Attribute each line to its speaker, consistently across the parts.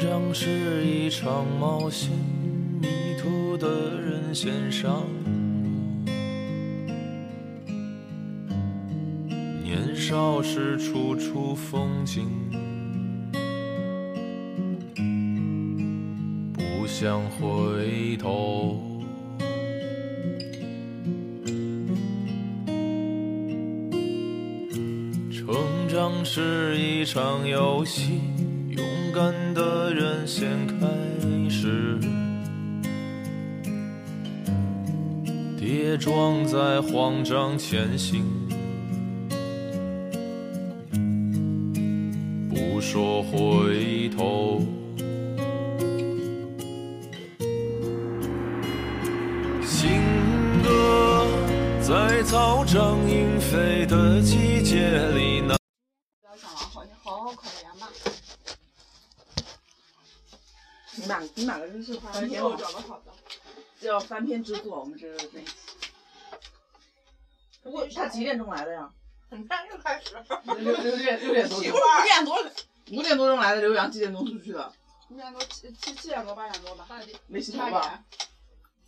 Speaker 1: 像是一场冒险，迷途的人先上路。年少时处处风景，不想回头。成长是一场游戏，勇敢的人先开始。跌撞在慌张前行，不说回头。信鸽在草长莺飞的季节里呢。
Speaker 2: 要上网好像好好考研吧。
Speaker 3: 你买你买个真是翻篇，
Speaker 2: 又找个好的。
Speaker 3: 叫翻篇之作，我们这是那一期。不过他几点钟来的呀？
Speaker 2: 你看又开始。
Speaker 3: 六六点六点多钟，
Speaker 2: 五点多，
Speaker 3: 五点多钟来的刘洋，几点钟出去的？
Speaker 2: 五点多七七七点多八点多吧。八点。
Speaker 3: 没洗头
Speaker 2: 八
Speaker 3: 吧？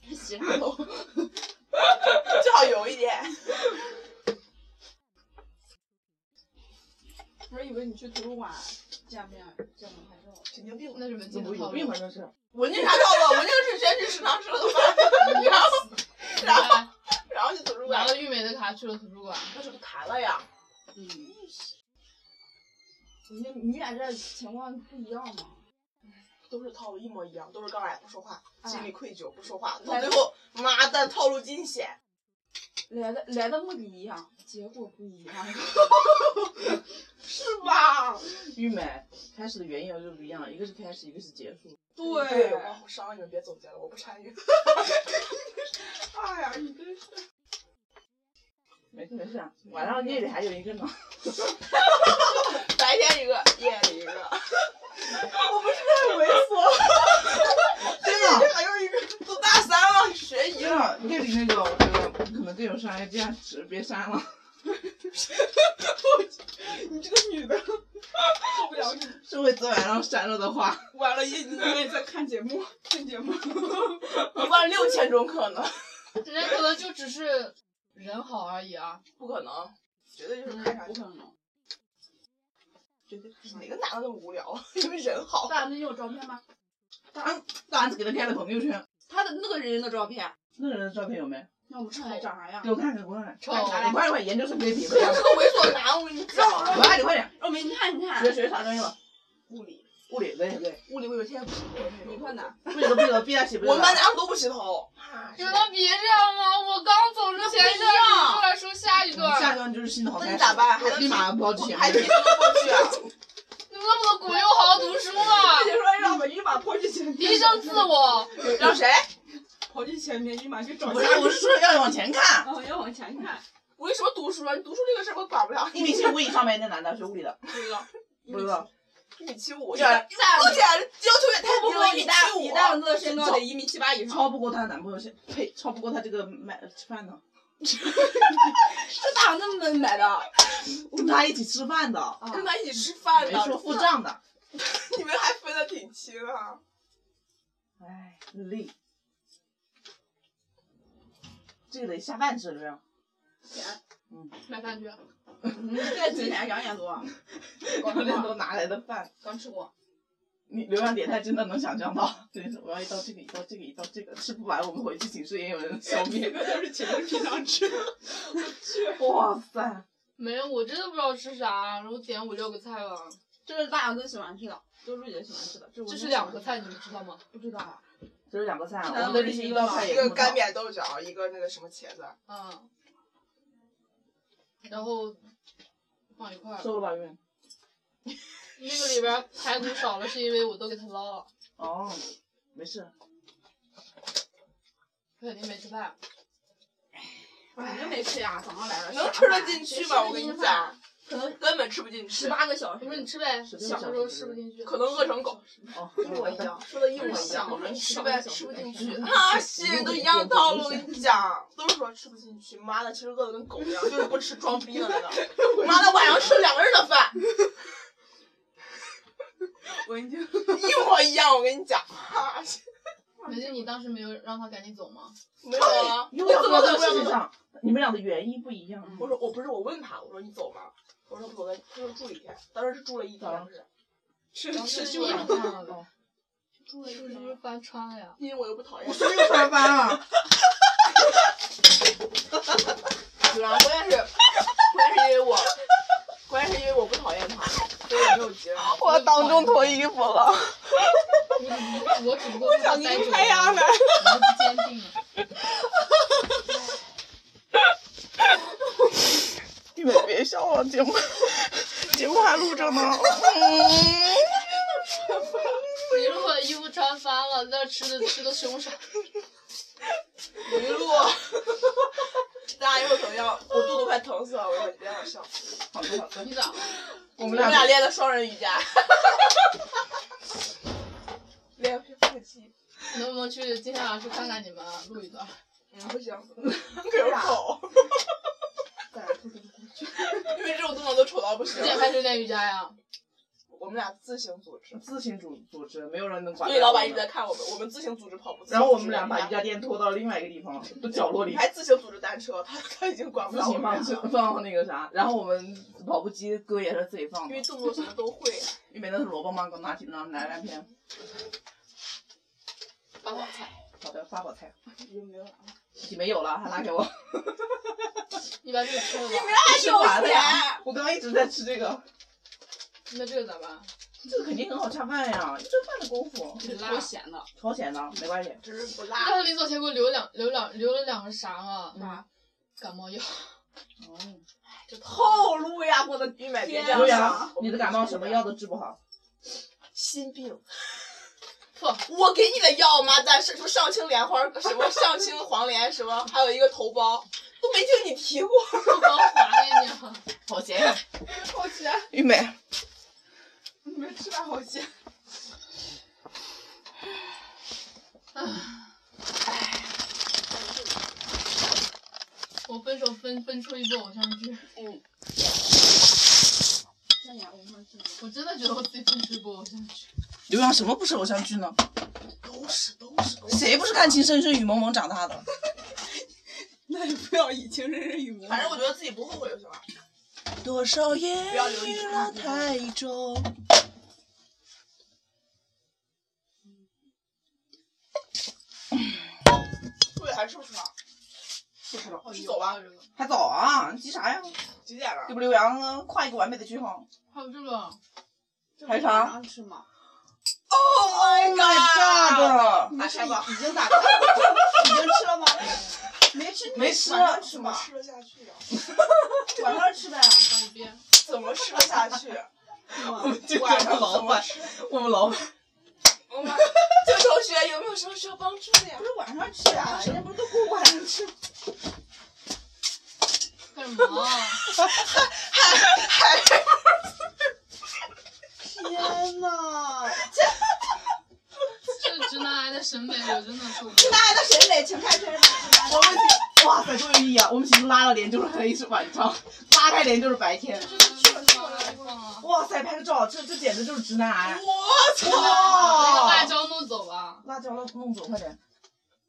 Speaker 2: 点。洗啥 头？最好油一点。我以为你去图书馆见面见我拍照，神经病！
Speaker 4: 那是文静
Speaker 3: 怎
Speaker 4: 的
Speaker 3: 么有
Speaker 4: 套
Speaker 3: 病
Speaker 4: 路。
Speaker 3: 吧？这是。
Speaker 2: 文静啥套路？啊文静是先去食堂吃了个饭， 然后
Speaker 4: 然后
Speaker 2: 然后去图书
Speaker 4: 拿
Speaker 2: 馆，
Speaker 4: 了玉美的卡去了图书馆，
Speaker 2: 那是不谈了呀？
Speaker 3: 嗯，
Speaker 2: 你你俩这情况不一样吗？
Speaker 5: 都是套路一模一样，都是刚来不说话，
Speaker 2: 哎
Speaker 5: 心里愧疚不说话，到
Speaker 2: 来
Speaker 5: 最后妈蛋套路尽显。
Speaker 2: 来的来的目的一样，结果不 一样。
Speaker 5: 是吧？
Speaker 3: 玉美开始的原因就不一样，一个是开始，一个是结束。
Speaker 5: 对，我我伤了你们，别总结了，我不参与。 哎呀，你真是
Speaker 3: 没事没事，晚上夜里还有一个呢。
Speaker 5: 白天一个，夜里一个，
Speaker 3: 真的
Speaker 5: 还有一个都大三了，学医
Speaker 3: 真
Speaker 5: 了，
Speaker 3: 的，夜里那个我觉得可能更有商业价值，别删了。
Speaker 5: 你这个女的受不了你。
Speaker 3: 社会资源上删了的话，
Speaker 5: 完了，一你也在看节目，听节目，一万六千种可能，
Speaker 4: 人家可能就只是人好而已啊。
Speaker 5: 不可能，绝对就是看上去
Speaker 2: 可能。
Speaker 5: 绝对哪个男的那么无聊，因为人好。
Speaker 2: 大那你有照片吗？
Speaker 3: 大子给他开了朋友圈，
Speaker 2: 他的那个人的照片，
Speaker 3: 那个人的照片有没？
Speaker 2: 那我们
Speaker 5: 哎
Speaker 2: 看看长啥样
Speaker 3: 给。我看看，给我看看。
Speaker 4: 丑，
Speaker 3: 你快点快点研究 生别比，快
Speaker 5: 这
Speaker 3: 点
Speaker 5: 是个猥琐男，我跟你讲。
Speaker 3: 快点 快点，
Speaker 5: 哦
Speaker 2: 肉梅，你看，你看
Speaker 3: 学，学啥专业了？
Speaker 5: 物理，
Speaker 3: 物理对对，
Speaker 5: 物理我有一天不
Speaker 2: 你看哪？
Speaker 3: 不许都闭了，闭他起不
Speaker 5: 我们班男生都不洗头，
Speaker 4: 有能别这样吗？我刚走之前
Speaker 2: 不一样
Speaker 4: 让你过来说下一段，
Speaker 3: 嗯下一段就是新的好
Speaker 5: 那
Speaker 3: 开
Speaker 5: 你
Speaker 3: 始。
Speaker 5: 咋办？还能
Speaker 3: 立马包之前
Speaker 5: 还提
Speaker 3: 面
Speaker 5: 什。么过 去啊？
Speaker 4: 你们能不能滚又好好读书啊？
Speaker 2: 说让我立马抛弃前
Speaker 4: 提升自我，
Speaker 5: 让谁？
Speaker 2: 抛弃前面，立马去找
Speaker 3: 不是，我是说要往前看，
Speaker 2: 哦，要往前看。
Speaker 5: 我为什么读书啊？你读书这个事儿我管不了。
Speaker 3: 一米七五以上呗，那男的学物理的，
Speaker 5: 不知道，
Speaker 3: 不知道。
Speaker 5: 一米七五，我
Speaker 3: 这样
Speaker 5: 我天，要求也太
Speaker 2: 不
Speaker 5: 低
Speaker 2: 过
Speaker 5: 了，一
Speaker 2: 你
Speaker 5: 米
Speaker 2: 大
Speaker 5: 七五。
Speaker 2: 你
Speaker 5: 啊
Speaker 2: 大子的身高得一米七八以 上，
Speaker 3: 超不过她的男朋友现，呸，超不过她这个买吃饭的，
Speaker 2: 这大那么买的，
Speaker 3: 跟她一起吃饭的，
Speaker 5: 啊跟他一起吃饭
Speaker 3: 没
Speaker 5: 呢，
Speaker 3: 说付账的。
Speaker 5: 你们还分的挺清啊。
Speaker 3: 唉，累。这个得下饭吃，是不是？
Speaker 4: 买饭去。
Speaker 2: 这今年两点多，
Speaker 3: 光这都拿来的饭，
Speaker 2: 刚吃过。
Speaker 3: 你流量点菜真的能想象到。对，我要一道这个，一道这个，一道这个，吃不完我们回去寝室也有人消灭。
Speaker 5: 都是请人 平常吃。
Speaker 3: 哇塞，
Speaker 4: 没有，我真的不知道吃啥，然后点五六个菜吧，
Speaker 2: 这是大杨最喜欢吃的，这是瑞姐喜欢吃的，这
Speaker 4: 这
Speaker 2: 这
Speaker 4: 是两个，菜，你们知道吗？
Speaker 2: 不知道啊。
Speaker 3: 只有两个菜啊，
Speaker 2: 那
Speaker 3: 我们的是一道菜
Speaker 5: 一
Speaker 3: 也
Speaker 5: 个
Speaker 3: 不
Speaker 5: 干
Speaker 3: 少。
Speaker 5: 煸豆角，一个那个什么茄子，
Speaker 4: 嗯，然后放一块儿。
Speaker 3: 收了吧，月。
Speaker 4: 那个里边儿排骨少了，是因为我都给它捞了，
Speaker 3: 哦，没事，
Speaker 4: 他肯定没吃饭。
Speaker 2: 反正没吃呀，早上来了。
Speaker 5: 能吃得进去吗？我跟你讲，，
Speaker 2: 可能
Speaker 5: 根本吃不进
Speaker 2: 十
Speaker 5: 去，
Speaker 2: 八个小
Speaker 4: 我说你
Speaker 2: 时，
Speaker 4: 吃呗，
Speaker 3: 是
Speaker 4: 小时候吃不进去。
Speaker 5: 可能饿成狗。
Speaker 3: 哦，
Speaker 2: 一模一 样。
Speaker 5: 说的一模
Speaker 2: 模
Speaker 5: 一
Speaker 2: 一
Speaker 5: 样，
Speaker 2: 样
Speaker 5: 我说你
Speaker 2: 我说你
Speaker 5: 吃
Speaker 2: 吃
Speaker 5: 呗，
Speaker 2: 呗
Speaker 5: 吃
Speaker 2: 吃
Speaker 5: 不
Speaker 2: 不
Speaker 5: 进
Speaker 2: 进
Speaker 5: 去
Speaker 2: 去
Speaker 5: 啊！新人都一样套路，我跟你讲，都是说吃不进去。妈的，其实饿的跟狗一样，就是不吃装逼呢在那儿。妈的，晚上吃两个人的饭，
Speaker 3: 我已经
Speaker 5: 一模一样，我跟你讲，哈，
Speaker 4: 可是你当时没有让他赶紧走吗？
Speaker 5: 没有啊，
Speaker 3: 因 为
Speaker 5: 我
Speaker 3: 要
Speaker 5: 怎么
Speaker 3: 做
Speaker 5: 能不让他
Speaker 3: 到世界上，你们俩的原因不一样。
Speaker 5: 我说我不是我问他，我说你走吗？我说不走，他说住一天，当时是住了一天，是吃吃
Speaker 4: 是
Speaker 5: 修
Speaker 4: 我
Speaker 5: 衣
Speaker 4: 让
Speaker 5: 服，
Speaker 4: 他看
Speaker 3: 嗯
Speaker 4: 了，
Speaker 5: 住了一
Speaker 4: 是不是
Speaker 5: 天，
Speaker 4: 翻穿了呀？
Speaker 5: 因为我又不讨厌
Speaker 6: 我。是又翻番了，
Speaker 5: 啊关键是，关键是因为我，关键是因为我不讨厌他，所以我没有急着他。
Speaker 4: 我当众脱
Speaker 6: 衣服了。
Speaker 4: 我只不过我只不过
Speaker 5: 想
Speaker 4: 呆
Speaker 5: 离
Speaker 4: 住
Speaker 5: 开呀
Speaker 4: 了，然后坚定了。
Speaker 6: 你们别笑我，节目节目还录着呢。
Speaker 4: 你如果衣服穿翻了，那吃的吃的凶啥？
Speaker 5: 一路，大家一会儿可能要，我肚子快疼死了，我有点好笑。
Speaker 3: 好的好的，
Speaker 4: 你咋了？
Speaker 3: 我
Speaker 5: 我们
Speaker 3: 们俩
Speaker 5: 俩练的双人瑜伽，练腹肌，
Speaker 4: 能不能去今天晚上去看看你们啊录一段？
Speaker 5: 嗯，不行，有口，
Speaker 3: 在吐吐吐
Speaker 5: 因为这种动作都丑到不
Speaker 4: 几
Speaker 5: 行。
Speaker 4: 点开始练瑜伽呀？
Speaker 5: 我们俩自行组织，
Speaker 3: 自行组组织，没有人能管。
Speaker 5: 所以老板一直在。看我们，我们自行组织跑步，
Speaker 3: 然后我们俩把
Speaker 5: 自行组
Speaker 3: 瑜
Speaker 5: 织
Speaker 3: 伽垫拖到另外一个地方，不角落
Speaker 5: 你
Speaker 3: 里，
Speaker 5: 还自行组织单车，他他已经管不
Speaker 3: 自
Speaker 5: 了我
Speaker 3: 己
Speaker 5: 们俩
Speaker 3: 放
Speaker 5: 了，
Speaker 3: 放那个啥。然后我们跑步机歌也是自己放
Speaker 5: 因
Speaker 3: 的
Speaker 5: 为，动作什么都会。啊
Speaker 3: 因为那是萝卜嘛，给我拿起拿来两片。
Speaker 4: 八宝菜，
Speaker 3: 好的，八宝菜，
Speaker 5: 有没有？你
Speaker 3: 你没有了还拿给我，
Speaker 4: 你把这个吃了吧。
Speaker 5: 们还
Speaker 3: 吃
Speaker 5: 有
Speaker 3: 完了
Speaker 5: 钱？
Speaker 3: 呀。我刚刚一直在吃这个，
Speaker 4: 那这个咋办？
Speaker 3: 这个肯定很好下饭呀，一顿饭的功夫，
Speaker 4: 挺辣
Speaker 6: 超。咸的，
Speaker 3: 超咸的，没关系。
Speaker 5: 只是不
Speaker 4: 你
Speaker 5: 辣，
Speaker 4: 刚才临走前给我留两留两留了两个啥吗？
Speaker 3: 嗯
Speaker 4: 感冒药。
Speaker 3: 哦，
Speaker 5: 这套路呀！我的你买别这样
Speaker 3: 刘
Speaker 5: 想
Speaker 6: 啊
Speaker 3: 洋，你的感冒什么药？都治不好，
Speaker 5: 心病。
Speaker 4: 不，
Speaker 5: 我给你的药吗？咱是什么上清莲花，什么上清黄连，什么还有一个头孢，都没听你提过。
Speaker 4: 不光还给你啊。
Speaker 3: 好 咸呀。
Speaker 5: 好咸，
Speaker 6: 啊
Speaker 7: 啊
Speaker 6: 玉梅，
Speaker 5: 你们吃饭好咸。
Speaker 4: 我分手分分出一部偶像剧，
Speaker 6: 象牙文化剧，
Speaker 4: 我真的觉得我自己分出一部偶像剧。
Speaker 6: 刘洋什么不是偶像剧呢？
Speaker 5: 都是都是都是。
Speaker 6: 谁不是看《情深深雨蒙蒙》长大的？
Speaker 7: 那也不要以情深深雨蒙
Speaker 5: 反正我觉得自己不后悔就行了。
Speaker 6: 多少夜
Speaker 5: 要留遗
Speaker 6: 雨
Speaker 5: 憾
Speaker 6: 落台中。
Speaker 5: 对，还吃不吃饭？
Speaker 3: 不吃了，
Speaker 7: 哎
Speaker 5: 我去走吧。
Speaker 4: 这个，
Speaker 6: 还早啊，你急啥呀？
Speaker 5: 几点了
Speaker 6: 这？不刘洋呢，画一个完美的句号。
Speaker 4: 还有这个，
Speaker 6: 还有啥
Speaker 7: 晚上吃吗？
Speaker 5: Oh my god！
Speaker 6: God，
Speaker 5: 打开吧，
Speaker 7: 已经打开了， 已经吃了吗？没吃，
Speaker 6: 没吃啊
Speaker 7: 晚上吃
Speaker 5: 怎么
Speaker 7: 吗？
Speaker 5: 吃得下去啊呀？
Speaker 7: 晚 上吃呗。
Speaker 4: 打一遍。
Speaker 5: 怎么吃得下去？
Speaker 3: 这
Speaker 5: 晚
Speaker 3: 个
Speaker 5: 上怎
Speaker 3: 老
Speaker 5: 么
Speaker 3: 板，
Speaker 5: 吃？
Speaker 3: 我们老板，
Speaker 5: 我们这同学有没有什么需要帮助的呀
Speaker 7: 不？是晚上吃啊，人家不是都过晚上吃吗？
Speaker 4: 干什么？啊
Speaker 7: 天呐，
Speaker 4: 这直男癌的审美我真的受不了。
Speaker 7: 那那谁得请开谁
Speaker 3: 我们几哇塞，多有意义啊！我们其实拉了帘就是黑是晚上，拉开帘就是白天。哇塞，拍个照，这这简直就是直男癌！
Speaker 5: 我
Speaker 4: 那个
Speaker 5: 操！
Speaker 4: 辣椒弄走吧。
Speaker 3: 辣椒弄弄走，快点！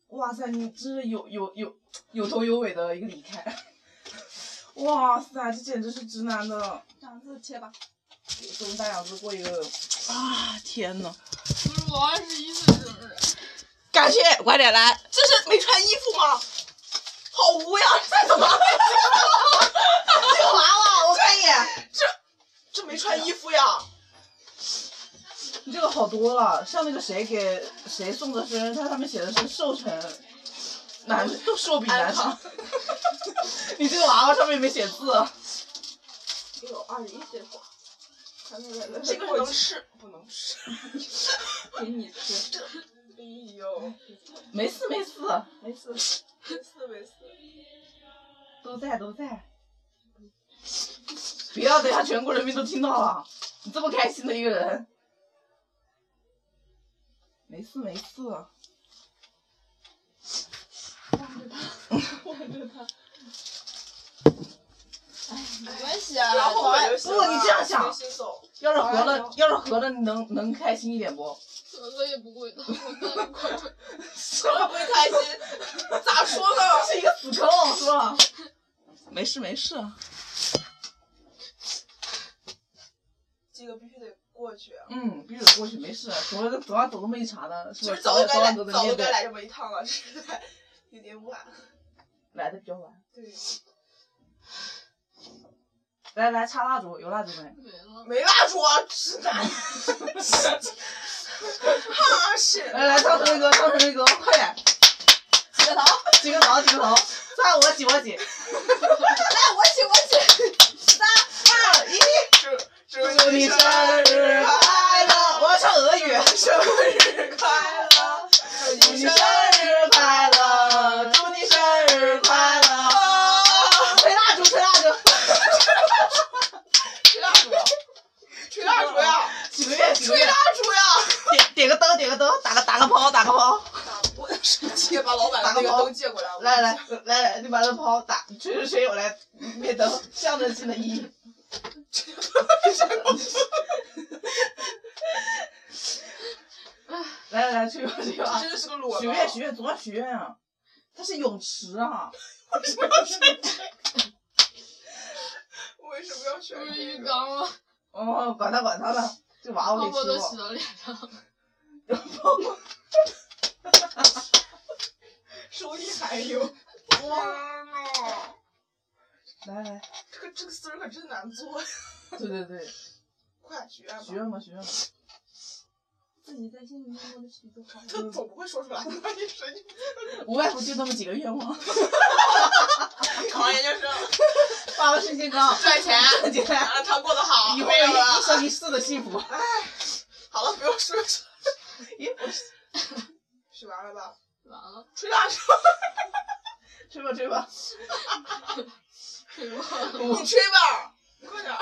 Speaker 3: 哇塞，你真是有有有有头有尾的一个离开。哇塞，这简直是直男的。
Speaker 7: 长子切吧。
Speaker 3: 中大杨子过一个，
Speaker 6: 啊！天呐，
Speaker 4: 不是我二十一岁生日，
Speaker 6: 感谢，快点来！
Speaker 5: 这是没穿衣服吗？好污呀！这怎么？
Speaker 7: 娃娃，我看一眼。
Speaker 5: 这没穿衣服呀？
Speaker 3: 你这个好多了。像那个谁给谁送的生日，他上面写的是寿辰，男都寿比南山。 你这个娃娃上面没写字。
Speaker 5: 只有二十一岁活。这个能吃不能吃？
Speaker 3: 给你吃，
Speaker 5: 哎呦，
Speaker 3: 没事没事，
Speaker 5: 没事，没事没事。
Speaker 3: 都在都在。不要，等下全国人民都听到了。你这么开心的一个人，没事没事。
Speaker 5: 没
Speaker 8: 没关系啊，
Speaker 5: 然后
Speaker 8: 早晚
Speaker 5: 我就
Speaker 3: 不，你这样想，
Speaker 5: 新手，
Speaker 3: 要是合了，要是合了，你能能开心一点不？
Speaker 4: 我也不过，我
Speaker 5: 会不会开心？咋说呢？
Speaker 3: 是一个死磕，我说了。没事没事，
Speaker 5: 这个必须得过去，
Speaker 3: 嗯，必须得过去，没事，总要总要走那么一茬的，是
Speaker 5: 就
Speaker 3: 吧？
Speaker 5: 是早都该来，
Speaker 3: 都
Speaker 5: 早
Speaker 3: 得
Speaker 5: 都
Speaker 3: 面
Speaker 5: 该
Speaker 3: 对，
Speaker 5: 来这么一趟了，实在有点晚。
Speaker 3: 来的比较晚。
Speaker 5: 对，
Speaker 3: 来来，插蜡烛，有蜡烛没？
Speaker 4: 没了。
Speaker 5: 没蜡烛啊，直男。哈是，
Speaker 3: 来来，唱生日歌，唱生日歌，快点，
Speaker 8: 几个头，
Speaker 3: 几个头，几个头，三我几我几，
Speaker 8: 来我起我起，
Speaker 5: 祝祝
Speaker 3: 你生日快乐！我要唱俄语。
Speaker 5: 生 日快乐，祝
Speaker 3: 祝你生日快乐，祝你生日快乐！吹蜡烛，吹蜡烛，
Speaker 5: 吹蜡烛，吹蜡烛呀，
Speaker 3: 几个月，几个
Speaker 5: 吹
Speaker 3: 月
Speaker 5: 蜡，烛呀！
Speaker 3: 点点个灯，点个灯，打个打个抛，打个抛，
Speaker 5: 我手机把老板的那个灯借过来，
Speaker 3: 来来来来，你把这抛打，吹吹吹，我来嗯灭灯，象征性的意义。来来来，吹吧吹吧，
Speaker 5: 真的是个裸
Speaker 3: 许愿许愿，总要许愿啊！它是泳池啊，
Speaker 5: 为什么要选
Speaker 4: 不是
Speaker 5: 这
Speaker 4: 浴
Speaker 5: 个？
Speaker 4: 缸吗？
Speaker 3: 哦，管它管它的，这娃
Speaker 4: 泡
Speaker 3: 娃
Speaker 4: 沫
Speaker 3: 给
Speaker 4: 都
Speaker 3: 吃
Speaker 4: 洗
Speaker 3: 过。
Speaker 4: 到脸上。
Speaker 5: 手里还有，哇呐，
Speaker 3: 来来，
Speaker 5: 这个这个丝儿可真难做。
Speaker 3: 对对对，
Speaker 5: 快许愿吧
Speaker 3: 许，愿吧许愿吧。
Speaker 8: 自己在心里默默的许就好了。
Speaker 5: 他总不会说出来的，你神经病。
Speaker 3: 无外乎就那么几个愿望：
Speaker 5: 考研究生，
Speaker 3: 爸爸身体健康，
Speaker 5: 赚钱，
Speaker 3: 赚钱，
Speaker 5: 啊，他过得好，
Speaker 3: 以后
Speaker 5: 没有
Speaker 3: 一
Speaker 5: 了。
Speaker 3: 生一世的幸福。
Speaker 5: 好了，不要说了，
Speaker 3: 咦，不是
Speaker 5: 许完了吧？
Speaker 4: 完了，
Speaker 5: 吹蜡烛，
Speaker 3: 吹吧吹吧，
Speaker 4: 吹过了。
Speaker 5: 你吹吧，快点儿。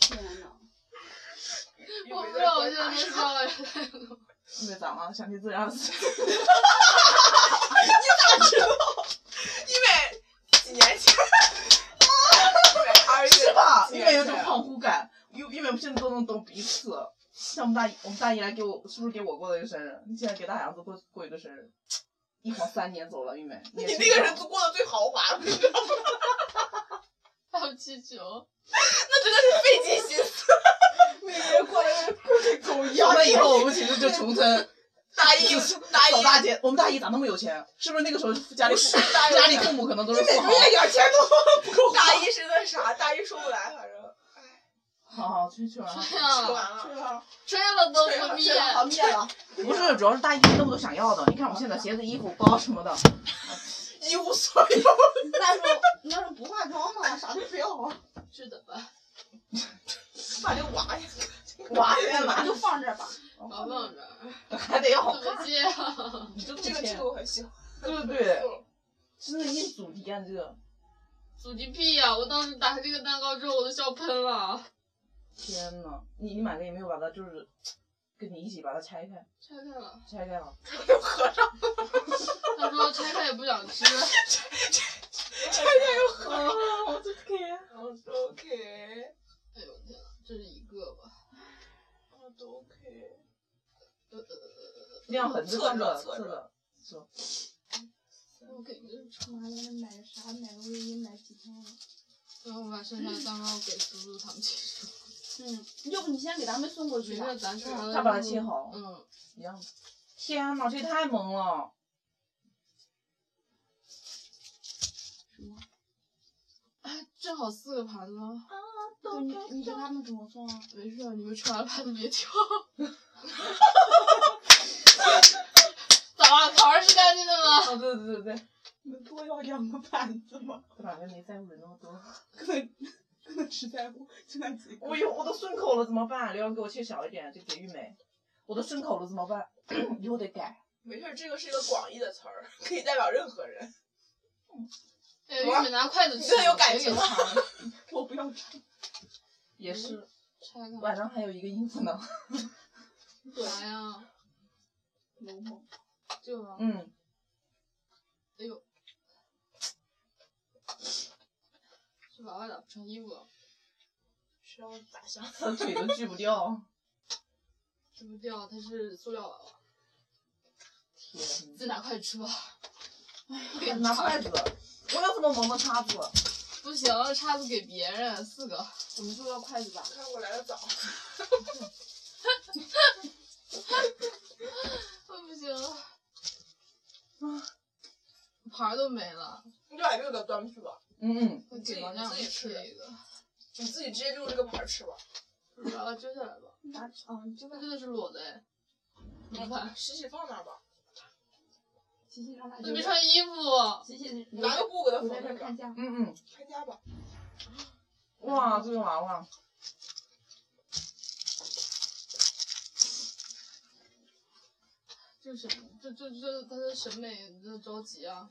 Speaker 8: 天哪！
Speaker 4: 我不知道我现在能笑了。
Speaker 3: 那个咋了？想去自然 死。
Speaker 5: 因为几年前，因为二月
Speaker 3: 是 吧？
Speaker 5: 几
Speaker 3: 因为有
Speaker 5: 年
Speaker 3: 种
Speaker 5: 前，
Speaker 3: 恍惚感，因为因为我们现在都能懂彼此。像我们大姨，我们大姨来给我，是不是给我过了一个生日？你竟然给大杨子过过一个生日，一晃三年走了，玉梅。你
Speaker 5: 你那
Speaker 3: 也
Speaker 5: 个
Speaker 3: 是
Speaker 5: 日子过得最豪 华，你知道吗？
Speaker 4: 还有气球，
Speaker 5: 那真的是费尽心思，每年过来过得狗一
Speaker 3: 从那以 后，我们寝室就穷成
Speaker 5: 大一大
Speaker 3: 扫
Speaker 5: 一
Speaker 3: 大街。我们大姨咋那么有钱？是不是那个时候家里父
Speaker 5: 大一
Speaker 3: 家里父母可能都是富豪？
Speaker 5: 点钱都不够。啊大一是那啥，大一说不来，反正
Speaker 3: 好好去去玩。
Speaker 4: 吹
Speaker 5: 说
Speaker 4: 啊，
Speaker 5: 完了。
Speaker 4: 吹了都不灭
Speaker 5: 吹。了
Speaker 8: 好灭了，
Speaker 3: 不是，主要是大一那么多想要的，你看我们现在鞋子、衣服、包什么的，
Speaker 5: 一无所有，
Speaker 8: 那时候那时候不化妆嘛，啥都不要啊，
Speaker 4: 是的吧？
Speaker 5: 把这娃呀，
Speaker 3: 哇，
Speaker 8: 干嘛就放这儿吧。
Speaker 4: 我放这儿，
Speaker 3: 还得要好
Speaker 4: 怎么
Speaker 3: 看，
Speaker 4: 接啊？
Speaker 3: 你这
Speaker 5: 这个这个我很喜欢。
Speaker 3: 对对对，真的一组敌啊，这个
Speaker 4: 阻击屁呀！我当时打开这个蛋糕之后，我都笑喷了。
Speaker 3: 天呐，你你买的也没有把它就是跟你一起把它拆开，
Speaker 4: 拆开了，
Speaker 3: 拆开了，
Speaker 4: 他说拆开也不想吃。哎
Speaker 5: 哦
Speaker 3: 啊，我的天，
Speaker 5: 我都 OK，
Speaker 4: 哎呦我天呐，这是一个吧？
Speaker 5: 我啊都 OK。
Speaker 3: 量很
Speaker 5: 侧着
Speaker 3: 着
Speaker 5: 侧
Speaker 3: 侧
Speaker 5: 着
Speaker 3: 着，
Speaker 4: 我给这个吃，
Speaker 8: 妈呀，买个啥？买个卫衣，买几
Speaker 4: 啊
Speaker 8: 天了？
Speaker 4: 然后我把剩下的蛋糕给苏苏他们吃。
Speaker 8: 嗯，要不你先给他们送过
Speaker 4: 没
Speaker 8: 去吧。
Speaker 4: 事，咱吃完了。
Speaker 3: 他把它切。好，
Speaker 4: 嗯，
Speaker 3: 一样的。天呐，这也太萌 了！
Speaker 4: 哎，正好四个盘子吗？
Speaker 8: 不是你你给他们怎么送啊？
Speaker 4: 没事，你们吃完了盘子别 挑。咋了？烤肉是干净的吗？
Speaker 3: 哦，对对对对，
Speaker 8: 能多要两个盘子 吗？
Speaker 3: 他反正没在乎人那么多。
Speaker 8: 可能可能只在乎就那几
Speaker 3: 我以后我都顺口了怎么办？刘洋给我切小一点，就给玉梅。我都顺口了怎么办？ 以后得改。
Speaker 5: 没事，这个是一个广义的词儿，可以代表任何人。
Speaker 4: 哎，玉米拿筷子
Speaker 5: 你
Speaker 4: 吃。
Speaker 5: 真的有感情
Speaker 4: 谁给
Speaker 5: 吗？
Speaker 4: 尝
Speaker 8: 我不要吃。
Speaker 3: 也是，
Speaker 4: 拆开
Speaker 3: 嗯晚上还有一个衣服呢。
Speaker 4: 了。啥呀？
Speaker 8: 某某，
Speaker 4: 这个吗？
Speaker 3: 嗯，
Speaker 4: 哎呦，去娃娃打不上衣服了，
Speaker 2: 需要咋想？
Speaker 3: 他腿都锯不掉。
Speaker 4: 这不掉，它是塑料娃娃，
Speaker 3: 天
Speaker 4: 自己拿筷子吃吧。
Speaker 3: 哪，拿筷子，我有这么萌的叉子？
Speaker 4: 不行，叉子给别人四个，
Speaker 2: 我们说到筷子吧，
Speaker 5: 看我来的早，
Speaker 4: 我啊不行了，盘儿都没了，
Speaker 5: 你就把这个端去吧，
Speaker 3: 嗯，
Speaker 4: 我给王家长吃一个，
Speaker 5: 你自己直接就用这个盘儿吃吧。
Speaker 4: 把它啊揪下来吧。
Speaker 2: 拿嗯，这
Speaker 4: 它
Speaker 2: 个
Speaker 4: 真的是裸的哎，怎么办？
Speaker 5: 洗洗放那儿吧，
Speaker 2: 洗洗啥啥
Speaker 4: 你没穿衣服，
Speaker 2: 洗洗
Speaker 5: 你拿个布给它
Speaker 2: 我
Speaker 5: 缝
Speaker 2: 在这
Speaker 5: 那
Speaker 2: 儿看
Speaker 5: 个，
Speaker 2: 一下，
Speaker 3: 嗯嗯，
Speaker 5: 开家吧。
Speaker 3: 哇，这个娃娃，
Speaker 4: 这是什么？这这这他的审美这着急啊，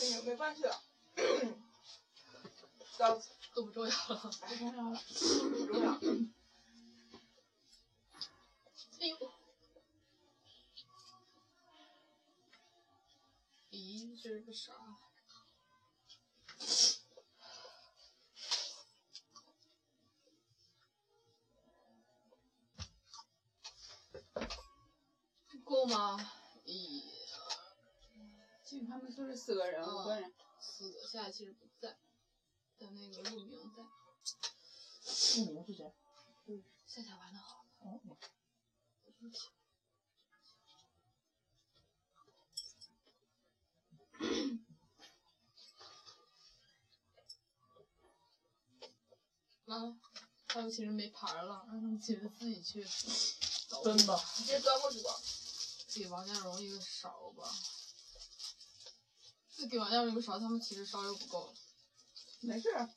Speaker 5: 那个没关系的。 到此
Speaker 4: 都不重要了。
Speaker 5: 如常。
Speaker 4: 哎呦，咦，这是个啥？够吗？一、
Speaker 2: 基嗯本他们就是四个人，
Speaker 4: 嗯
Speaker 2: 五个人。
Speaker 4: 四个，下一期是不在，但那个陆明在。
Speaker 3: 这名是谁？
Speaker 4: 夏夏玩的好，
Speaker 3: 哦，
Speaker 4: 完了，还有其实没牌儿了，让他们其实自己去捣
Speaker 3: 真的，
Speaker 5: 直接端过去吧。
Speaker 4: 给王家荣一个勺吧。就给王家荣一个勺，他们其实勺又不够了。
Speaker 2: 没事儿，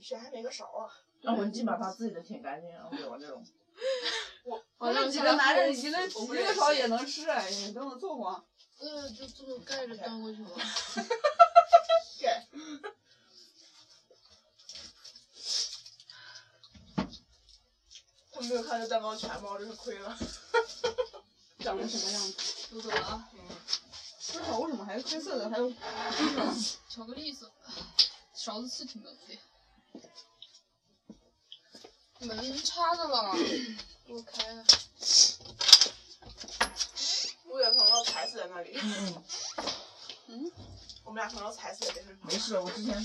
Speaker 5: 谁还没个勺啊？
Speaker 3: 让文静把她自己的舔干净，然后给王这种。
Speaker 4: 王家荣
Speaker 2: 几
Speaker 4: 现
Speaker 2: 个
Speaker 4: 在
Speaker 2: 男人，
Speaker 4: 后
Speaker 2: 一个一个勺也能吃，你都能凑合。
Speaker 4: 呃，就这么盖着端过去了。
Speaker 5: 他没有看这蛋糕全包，真是亏了。
Speaker 2: 长成什么样子？
Speaker 4: 都走了啊，
Speaker 2: 不知道为什么还是灰色的，还有
Speaker 4: 巧克力色，勺子是挺高级。门插着了，给我开啊！
Speaker 5: 陆远鹏要踩死在那里，
Speaker 3: 嗯嗯，
Speaker 5: 我们俩可能要踩死在健身房
Speaker 3: 没。事，我之前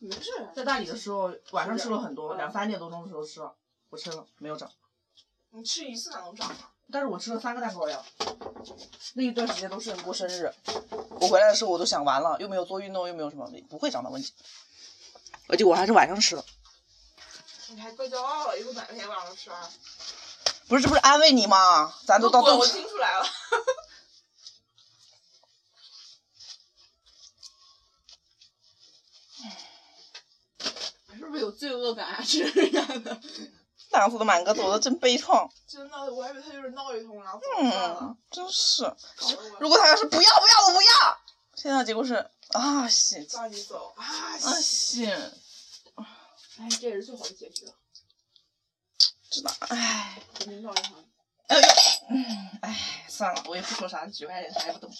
Speaker 2: 没事儿。啊
Speaker 3: 在大理的时候晚上吃了很多，
Speaker 2: 嗯
Speaker 3: 两三点多钟的时候吃了，我吃了没有长，
Speaker 5: 你吃一次哪能长啊？
Speaker 3: 但是我吃了三个蛋糕呀。那一段时间都是过生日，我回来的时候我都想完了，又没有做运动，又没有什么，不会长的问题。而且我还是晚上吃的，
Speaker 5: 你还怪骄傲了，一会儿哪天晚上吃啊？
Speaker 3: 不是这不是安慰你吗？咱都到
Speaker 5: 滚！
Speaker 3: 洞
Speaker 5: 我听出来了。
Speaker 2: 是不是有罪恶感啊？吃人家的，
Speaker 9: 打死的满哥走的真悲怆，
Speaker 5: 真的，我还以为他就是闹一通，然后走了
Speaker 9: 嗯，，真是。
Speaker 5: 搞得我
Speaker 9: 如果他要是不要不要我不要，现在结果是啊谢
Speaker 5: 让你走啊！
Speaker 9: 啊
Speaker 2: 嗯
Speaker 9: 谢，
Speaker 2: 哎，这也是最好的结局了，
Speaker 9: 真的唉
Speaker 2: 肯定闹一场。
Speaker 9: 唉算了，我也不说啥，局外人啥也不懂。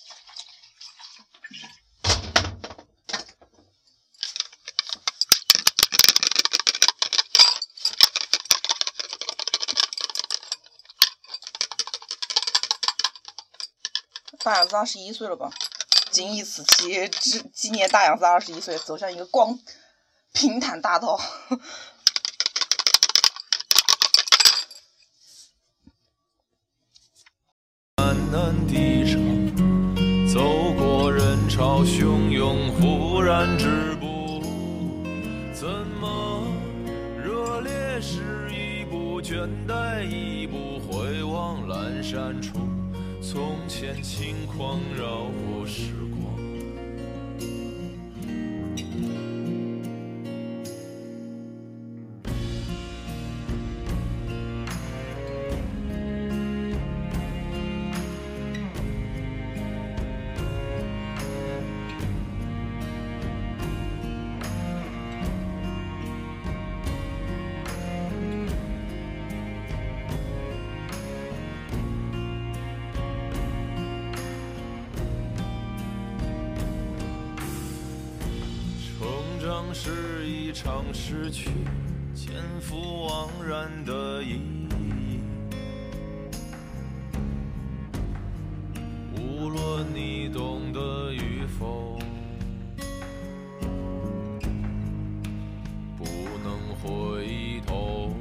Speaker 9: 大杨子二十一岁了吧？谨以此期之纪念大杨子二十一岁，走向一个光平坦大道。
Speaker 1: 南南地上，走过人潮汹涌，忽然止步。怎么热烈是一步，倦怠一步，回望阑珊处，从前轻狂绕过时光。成长是一一场失去，千夫枉然的意义。无论你懂得与否，不能回头。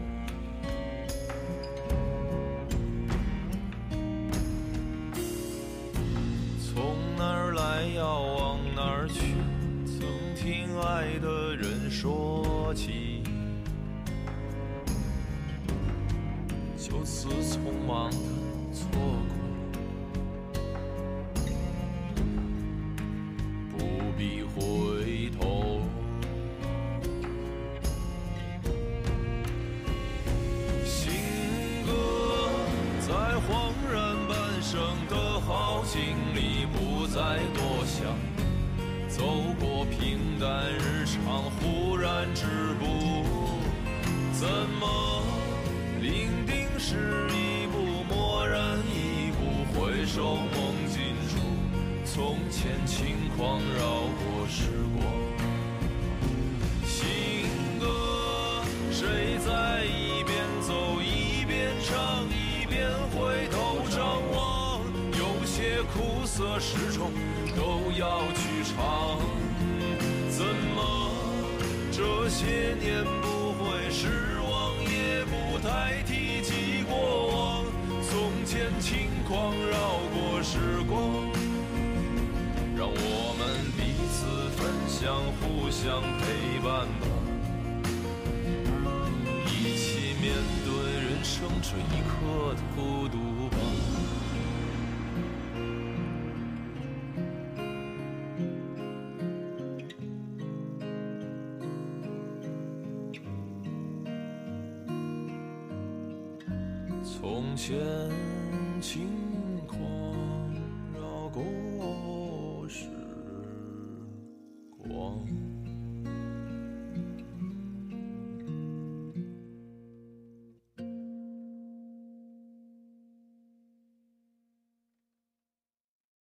Speaker 1: 从哪儿来要往哪儿去，曾听爱的人说起。就此匆忙的错过，不必回头。行歌在恍然半生的豪情里不再多想，走过平淡日常，忽然止步，怎么伶仃是一步，蓦然一步，回首梦尽处，从前轻狂绕过时光。行歌，谁在一边走一边唱一边回头张望？有些苦涩时钟都要去尝，怎么这些年不会失望，也不太提及过往？从前轻狂绕过时光。让我们彼此分享，互相陪伴吧，一起面对人生这一刻的孤独吧。从前轻。